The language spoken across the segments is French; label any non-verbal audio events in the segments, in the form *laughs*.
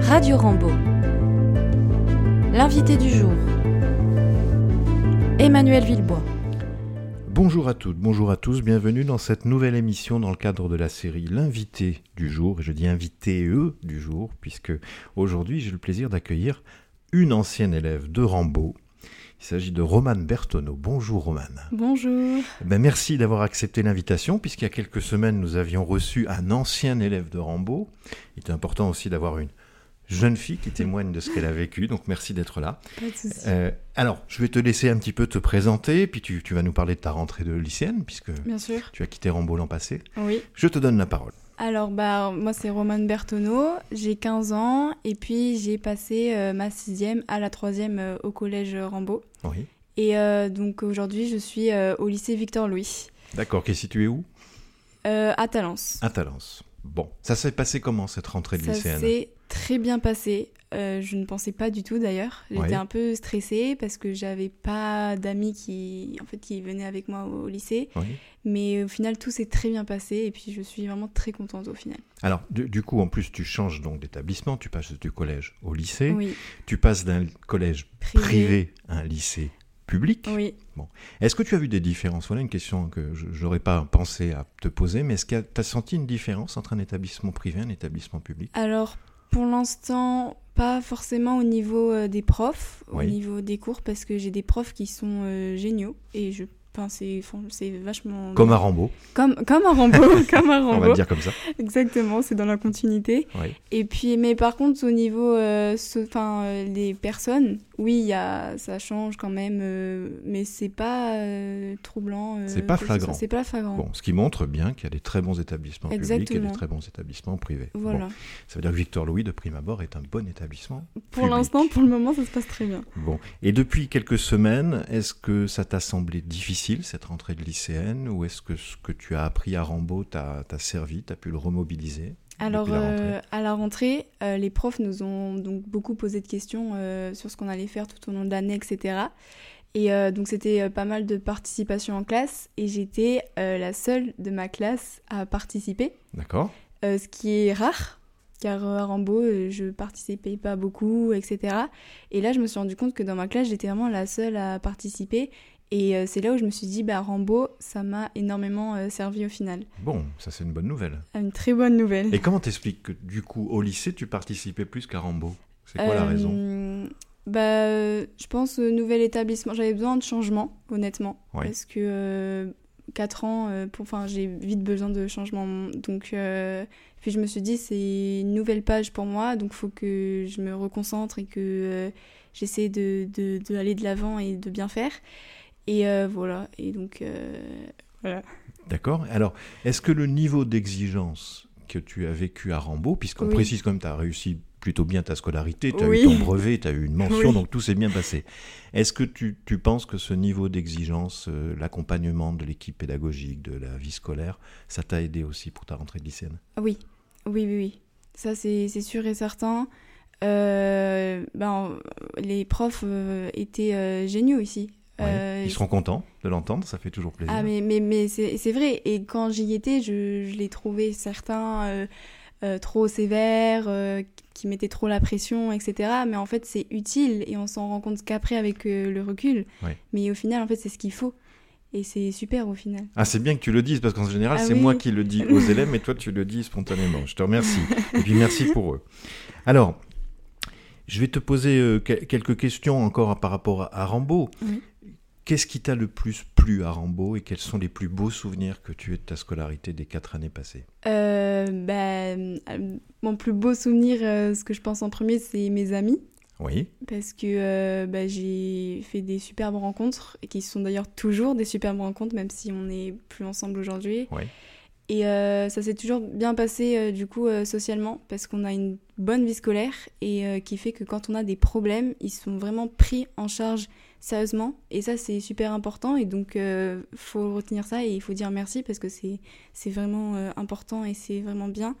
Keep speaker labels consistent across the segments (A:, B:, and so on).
A: Radio Rambo. L'invité du jour. Emmanuel Villebois.
B: Bonjour à toutes, bonjour à tous, bienvenue dans cette nouvelle émission dans le cadre de la série L'invité du jour, et je dis invité eux du jour, puisque aujourd'hui j'ai le plaisir d'accueillir une ancienne élève de Rambo. Il s'agit de Romane Bertonneau. Bonjour Romane.
C: Bonjour.
B: Ben, merci d'avoir accepté l'invitation, puisqu'il y a quelques semaines nous avions reçu un ancien élève de Rambo. Il est important aussi d'avoir une jeune fille qui témoigne de ce qu'elle a vécu, donc merci d'être là.
C: Pas de souci.
B: Euh, alors, je vais te laisser un petit peu te présenter, puis tu, tu vas nous parler de ta rentrée de lycéenne, puisque
C: Bien sûr.
B: tu as quitté Rambo l'an passé.
C: Oui.
B: Je te donne la parole.
C: Alors, bah, moi, c'est Romane Bertonneau. J'ai 15 ans et puis j'ai passé euh, ma sixième à la troisième euh, au collège Rambo.
B: Oui.
C: Et euh, donc aujourd'hui, je suis euh, au lycée Victor Louis
B: D'accord, qui est situé où
C: euh, à Talence.
B: À Talence. Bon, ça s'est passé comment cette rentrée de
C: Ça
B: lycéenne
C: s'est très bien passé. Euh, je ne pensais pas du tout d'ailleurs. J'étais
B: Ouais.
C: un peu stressée parce que j'avais pas d'amis qui, en fait, qui venaient avec moi au lycée.
B: Oui.
C: Mais au final, tout s'est très bien passé et puis je suis vraiment très contente au final.
B: Alors, du, du coup, en plus, tu changes donc d'établissement, tu passes du collège au lycée,
C: Oui.
B: tu passes d'un collège privé à un lycée public.
C: Oui.
B: Est-ce que tu as vu des différences Voilà une question que je- j'aurais pas pensé à te poser, mais est-ce que tu as senti une différence entre un établissement privé et un établissement public
C: Alors, pour l'instant, pas forcément au niveau euh, des profs,
B: Oui.
C: au niveau des cours, parce que j'ai des profs qui sont euh, géniaux et je. Enfin, c'est fran- c'est vachement.
B: Comme à Rambo,
C: Comme, comme
B: *laughs*
C: un Rambo, comme
B: on va
C: un
B: le
C: Rambo.
B: dire comme ça.
C: Exactement, c'est dans la continuité.
B: Oui.
C: Et puis, mais par contre, au niveau euh, ce- enfin, euh, des personnes, oui, il y a, ça change quand même, euh, mais c'est pas euh, troublant. euh,
B: C'est pas
C: que ce soit-
B: flagrant.
C: C'est pas flagrant.
B: Bon, ce qui montre bien qu'il y a des très bons établissements publics et
C: Exactement.
B: des très bons établissements privés.
C: Voilà.
B: Bon, ça veut dire que Victor Louis, de prime abord, est un bon établissement.
C: pour
B: public.
C: l'instant, pour le moment, ça se passe très bien.
B: Bon, et depuis quelques semaines, est-ce que ça t'a semblé difficile cette rentrée de lycéenne, ou est-ce que ce que tu as appris à Rambo t'a t'a servi, t'as pu le remobiliser
C: Alors,
B: la rentrée
C: euh, à la rentrée, euh, les profs nous ont donc beaucoup posé de questions euh, sur ce qu'on allait faire tout au long de l'année, etc. Et euh, donc, c'était euh, pas mal de participation en classe. Et j'étais euh, la seule de ma classe à participer,
B: D'accord
C: euh, ce qui est rare, car euh, à Rambo, euh, je participais pas beaucoup, etc. Et là, je me suis rendu compte que dans ma classe, j'étais vraiment la seule à participer. Et euh, c'est là où je me suis dit, bah, Rambo, ça m'a énormément euh, servi au final.
B: Bon, ça c'est une bonne nouvelle.
C: Ah, Une très bonne nouvelle.
B: Et comment t'expliques que du coup au lycée tu participais plus qu'à Rambo C'est quoi la
C: Euh,
B: raison
C: bah, euh, Je pense euh, nouvel établissement. J'avais besoin de changement, honnêtement.
B: Ouais.
C: Parce que 4 ans, euh, pour... enfin, j'ai vite besoin de changement. Donc, euh, puis je me suis dit, c'est une nouvelle page pour moi. Donc, il faut que je me reconcentre et que euh, j'essaie d'aller de, de aller de l'avant et de bien faire. Et euh, voilà. Et donc, euh,
B: D'accord Alors, est-ce que le niveau d'exigence que tu as vécu à Rambo, puisqu'on
C: Oui.
B: précise quand même tu as réussi plutôt bien ta scolarité, tu as eu
C: Oui.
B: ton brevet, tu as eu une mention,
C: Oui.
B: donc tout s'est bien passé. Est-ce que tu, tu penses que ce niveau d'exigence, euh, l'accompagnement de l'équipe pédagogique, de la vie scolaire, ça t'a aidé aussi pour ta rentrée de lycéenne
C: Oui, oui, oui, oui. Ça, c'est c'est sûr et certain. Euh, ben, les profs euh, étaient euh, géniaux ici.
B: Ouais.
C: Euh,
B: Ils seront contents de l'entendre, ça fait toujours plaisir.
C: Ah, mais, mais, mais c'est c'est vrai. Et quand j'y étais, je, je les trouvais certains euh, euh, trop sévères, euh, qui mettaient trop la pression, etc. Mais en fait, c'est utile et on s'en rend compte qu'après avec euh, le recul.
B: Ouais.
C: Mais au final, en fait, c'est ce qu'il faut. Et c'est super au final.
B: Ah, c'est bien que tu le dises, parce qu'en général,
C: Ah
B: c'est
C: oui.
B: moi qui le
C: *laughs*
B: dis aux élèves, mais toi, tu le dis spontanément. Je te remercie. Et puis, merci pour eux. Alors, je vais te poser euh, que- quelques questions encore par rapport à, à Rambo.
C: Oui.
B: Qu'est-ce qui t'a le plus plu à Rambo et quels sont les plus beaux souvenirs que tu aies de ta scolarité des quatre années passées
C: Euh, bah, euh, mon plus beau souvenir, euh, ce que je pense en premier, c'est mes amis.
B: Oui,
C: Parce que euh, bah, j'ai fait des superbes rencontres, et qui sont d'ailleurs toujours des superbes rencontres, même si on n'est plus ensemble aujourd'hui.
B: Ouais.
C: Et euh, ça s'est toujours bien passé, euh, du coup, euh, socialement, parce qu'on a une bonne vie scolaire, et euh, qui fait que quand on a des problèmes, ils sont vraiment pris en charge sérieusement. Et ça, c'est super important, et donc, euh, faut retenir ça, et il faut dire merci, parce que c'est c'est vraiment euh, important, et c'est vraiment bien.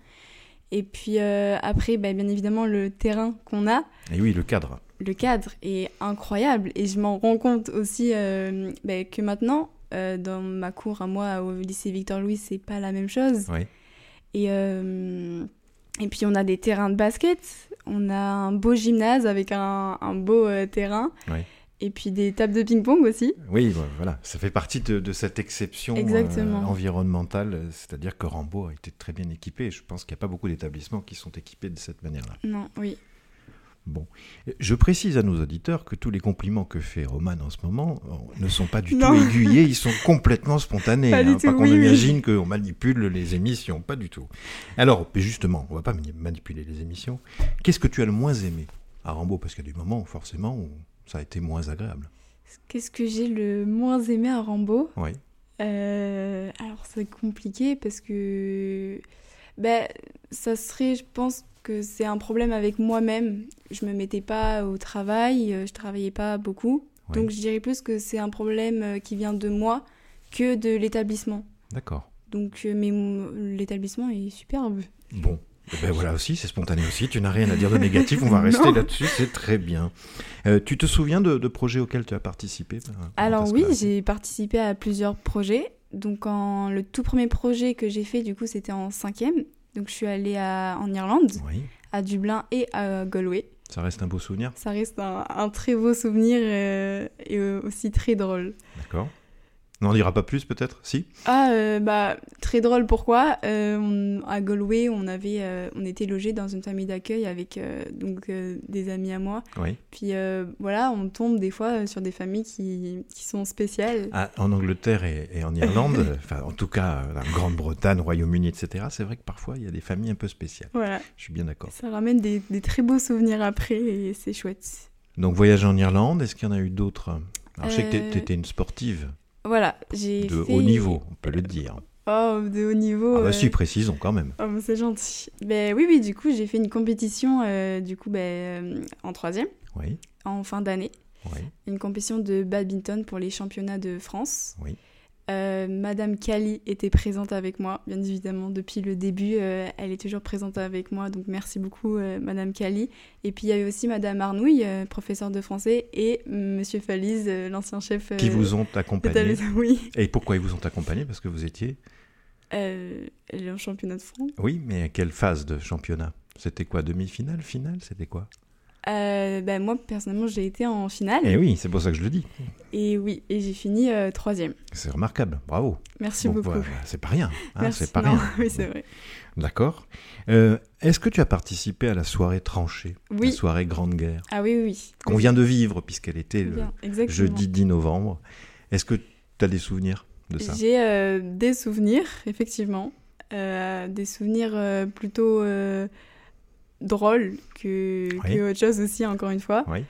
C: Et puis euh, après, bah, bien évidemment, le terrain qu'on a
B: et oui, le cadre.
C: le cadre est incroyable et je m'en rends compte aussi euh, ben, que maintenant euh, dans ma cour à moi au lycée Victor Louis c'est pas la même chose
B: Oui.
C: et euh, et puis on a des terrains de basket On a un beau gymnase avec un, un beau euh, terrain.
B: Oui.
C: Et puis des tables de ping-pong aussi.
B: Oui, ouais, voilà, ça fait partie de, de cette exception
C: Exactement.
B: euh, environnementale, euh, c'est-à-dire que Rambo a été très bien équipé. Je pense qu'il n'y a pas beaucoup d'établissements qui sont équipés de cette manière-là.
C: Non, oui.
B: Je précise à nos auditeurs que tous les compliments que fait Roman en ce moment euh, ne sont pas du
C: Non.
B: tout aiguillés, ils sont complètement spontanés. hein,
C: Pas du tout,
B: qu'on
C: oui, oui.
B: imagine qu'on manipule les émissions, pas du tout. Alors, justement, on va pas mani- manipuler les émissions. Qu'est-ce que tu as le moins aimé à Rambo Parce qu'il y a des moments, forcément, où ça a été moins agréable.
C: Qu'est-ce que j'ai le moins aimé à Rambo
B: Oui.
C: Euh, alors c'est compliqué parce que ben, ça serait, je pense que c'est un problème avec moi-même. Je me mettais pas au travail, euh, je travaillais pas beaucoup,
B: Oui.
C: donc je dirais plus que c'est un problème euh, qui vient de moi que de l'établissement.
B: D'accord.
C: Donc euh, mais mon- l'établissement est superbe.
B: Bon, Eh ben voilà aussi, c'est spontané aussi. Tu n'as rien à dire de négatif, on va
C: *laughs* Non.
B: rester là-dessus, c'est très bien. Euh, tu te souviens de, de projets auxquels tu as participé ben, pendant ta
C: Alors oui,
B: scolarité
C: j'ai participé à plusieurs projets. Donc en, le tout premier projet que j'ai fait, du coup, c'était en cinquième. Donc je suis allée à- en Irlande,
B: Oui,
C: à Dublin et à Galway.
B: ça reste un beau souvenir,
C: Ça reste un, un très beau souvenir euh, et euh, aussi très drôle.
B: d'accord. On n'en dira pas plus peut-être Si
C: Ah, euh, bah, très drôle pourquoi Euh, on- À Galway, on, avait, euh, on était logé dans une famille d'accueil avec euh, donc, euh, des amis à moi.
B: Oui.
C: Puis euh, voilà, on tombe des fois euh, sur des familles qui, qui sont spéciales.
B: Ah, en Angleterre et, et en Irlande,
C: *laughs*
B: euh, enfin en tout cas euh, en Grande-Bretagne, Royaume-Uni, etc., c'est vrai que parfois il y a des familles un peu spéciales.
C: Voilà,
B: Je suis bien d'accord.
C: ça ramène des, des très beaux souvenirs après et c'est chouette.
B: Donc voyage en Irlande, est-ce qu'il y en a eu d'autres Alors je sais que
C: Euh,
B: tu étais une sportive
C: Voilà, j'ai
B: de
C: fait-
B: haut niveau, on peut le dire.
C: Oh, de haut niveau.
B: Ah bah
C: euh,
B: si, précisons quand même.
C: Oh, mais c'est gentil. Ben oui, oui, du coup, j'ai fait une compétition euh, du coup, ben, euh, en troisième,
B: Oui,
C: en fin d'année.
B: oui.
C: Une compétition de badminton pour les championnats de France.
B: Oui.
C: Euh, Madame Kali était présente avec moi, bien évidemment, depuis le début. euh, elle est toujours présente avec moi, donc merci beaucoup, euh, Madame Kali. Et puis, il y avait aussi Madame Arnouille, euh, professeure de français, et Monsieur Falise, euh, l'ancien chef.
B: Qui
C: euh,
B: vous ont accompagné
C: d'établissement- *laughs* Oui,
B: Et pourquoi ils vous ont accompagné Parce que vous étiez.
C: euh, le championnat de France.
B: Oui, mais à quelle phase de championnat C'était quoi Demi-finale Finale C'était quoi
C: Euh, ben, moi, personnellement, j'ai été en finale.
B: Eh oui, c'est pour ça que je le dis.
C: Et oui, et j'ai fini euh, troisième.
B: C'est remarquable, bravo.
C: Merci
B: Bon,
C: beaucoup.
B: voilà, voilà, c'est pas rien. hein,
C: Merci.
B: c'est pas
C: Non,
B: rien.
C: *laughs* oui, c'est vrai.
B: D'accord. Euh, Est-ce que tu as participé à la soirée tranchée La
C: Oui.
B: soirée Grande Guerre,
C: Ah oui, oui, oui.
B: qu'on vient de vivre, puisqu'elle était le
C: Bien, exactement.
B: jeudi 10 novembre. Est-ce que tu as des souvenirs de ça
C: J'ai euh, des souvenirs, effectivement. Euh, des souvenirs euh, plutôt euh, drôles que,
B: Oui.
C: que autre chose aussi, encore une fois.
B: Oui.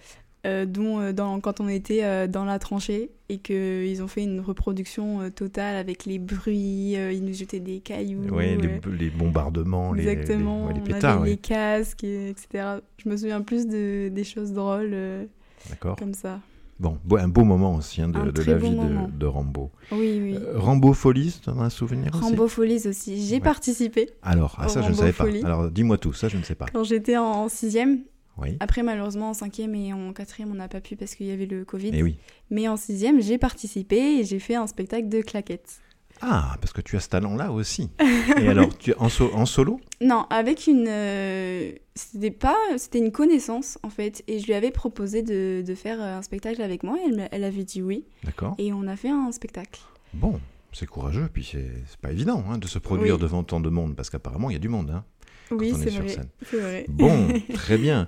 C: Euh, dont euh, dans, quand on était euh, dans la tranchée et qu'ils ont fait une reproduction euh, totale avec les bruits, euh, ils nous jetaient des cailloux.
B: Ouais,
C: euh,
B: les, les bombardements, les, les-
C: Exactement,
B: ouais, les
C: on
B: pétards,
C: avait
B: ouais.
C: les casques, et- etc. Je me souviens plus de, des choses drôles euh,
B: D'accord.
C: comme ça.
B: Bon, bo- un beau moment aussi hein, de,
C: Un
B: de
C: très
B: la
C: beau
B: vie
C: moment.
B: de, de Rambo.
C: Oui, oui.
B: Euh, Rambo Folies, t'en as un souvenir aussi
C: Rambo Folies aussi. J'ai
B: Ouais.
C: participé
B: Alors, ah, ça, je ne
C: Rambo
B: savais
C: Folie.
B: pas. Alors, dis-moi tout, ça, je ne sais pas.
C: quand j'étais en- en sixième.
B: Oui.
C: Après, malheureusement, en cinquième et en quatrième, on n'a pas pu parce qu'il y avait le Covid.
B: Et Eh oui.
C: Mais en sixième, j'ai participé et j'ai fait un spectacle de claquettes.
B: Ah, parce que tu as ce talent-là aussi.
C: *laughs*
B: Et alors, tu en, so- en solo
C: Non, avec une, euh, c'était pas, c'était une connaissance en fait, et je lui avais proposé de, de faire euh, un spectacle avec moi. et Elle, m'a- elle avait dit oui,
B: D'accord.
C: et on a fait un spectacle.
B: Bon, c'est courageux, puis c'est c'est pas évident hein, de se produire
C: Oui.
B: devant tant de monde, parce qu'apparemment, il y a du monde. hein,
C: Oui,
B: on est
C: c'est
B: sur
C: vrai.
B: scène.
C: C'est vrai. *laughs*
B: Bon, très bien.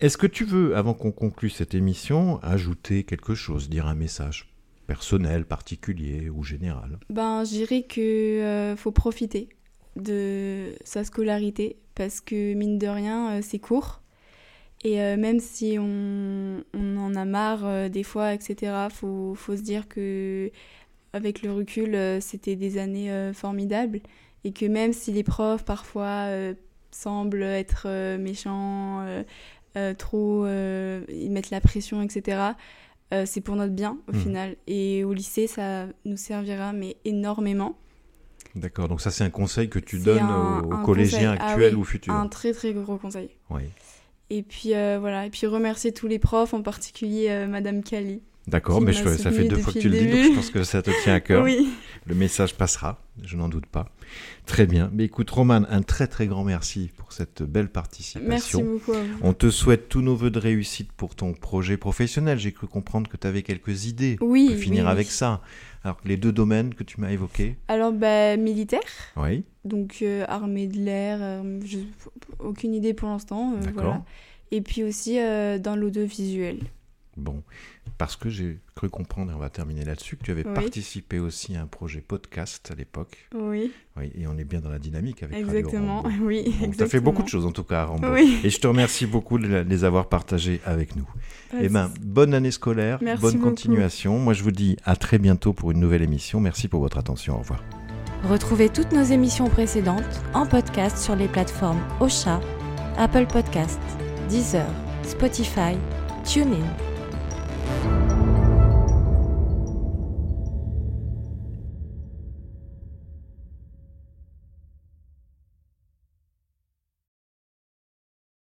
B: Est-ce que tu veux, avant qu'on conclue cette émission, ajouter quelque chose, dire un message personnel, particulier ou général
C: Ben, je dirais que euh, faut profiter de sa scolarité parce que mine de rien, euh, c'est court. Et euh, même si on, on en a marre euh, des fois, etc., faut, faut se dire que avec le recul, euh, c'était des années euh, formidables et que même si les profs parfois euh, semblent être euh, méchants, euh, euh, trop, euh, ils mettent la pression, etc. euh, c'est pour notre bien au
B: Mhm.
C: final. Et au lycée, ça nous servira mais énormément.
B: D'accord, donc ça, c'est un conseil que tu
C: C'est
B: donnes
C: un-
B: aux, aux
C: un
B: collégiens
C: conseil. Ah
B: actuels
C: oui,
B: ou futurs.
C: Un très très gros conseil.
B: Oui.
C: Et puis euh, voilà, et puis remercier tous les profs, en particulier euh, Madame Kali.
B: D'accord,
C: qui
B: mais
C: m'a
B: je- ça
C: soutenu
B: fait deux
C: depuis
B: fois que
C: le
B: tu le dis, donc
C: début.
B: je pense que ça te tient à cœur.
C: *laughs* Oui.
B: Le message passera, je n'en doute pas. Très bien. Mais écoute, Romane, un très très grand merci pour cette belle participation.
C: Merci beaucoup à vous.
B: On te souhaite tous nos voeux de réussite pour ton projet professionnel. J'ai cru comprendre que tu avais quelques idées.
C: Oui.
B: On peut finir
C: oui,
B: avec
C: oui.
B: ça. Alors que les deux domaines que tu m'as évoqués,
C: Alors, bah, militaire,
B: oui,
C: donc euh, armée de l'air, euh, je- aucune idée pour l'instant. euh,
B: D'accord.
C: voilà. Et puis aussi euh, dans l'audiovisuel.
B: bon, parce que j'ai cru comprendre, et on va terminer là-dessus, que tu avais
C: Oui.
B: participé aussi à un projet podcast à l'époque.
C: Oui,
B: Oui, et on est bien dans la dynamique avec Radio
C: exactement. *laughs*
B: Rambo.
C: Oui,
B: Donc,
C: exactement.
B: t'as fait beaucoup de choses en tout cas, Rambo.
C: Oui.
B: Et je te remercie beaucoup de la- de les avoir partagées avec nous.
C: Pas
B: Eh
C: de
B: ben,
C: souci.
B: bonne année scolaire,
C: Merci
B: bonne
C: beaucoup.
B: continuation. Moi, je vous dis à très bientôt pour une nouvelle émission. Merci pour votre attention. Au revoir.
A: Retrouvez toutes nos émissions précédentes en podcast sur les plateformes Ocha, Apple Podcasts, Deezer, Spotify, TuneIn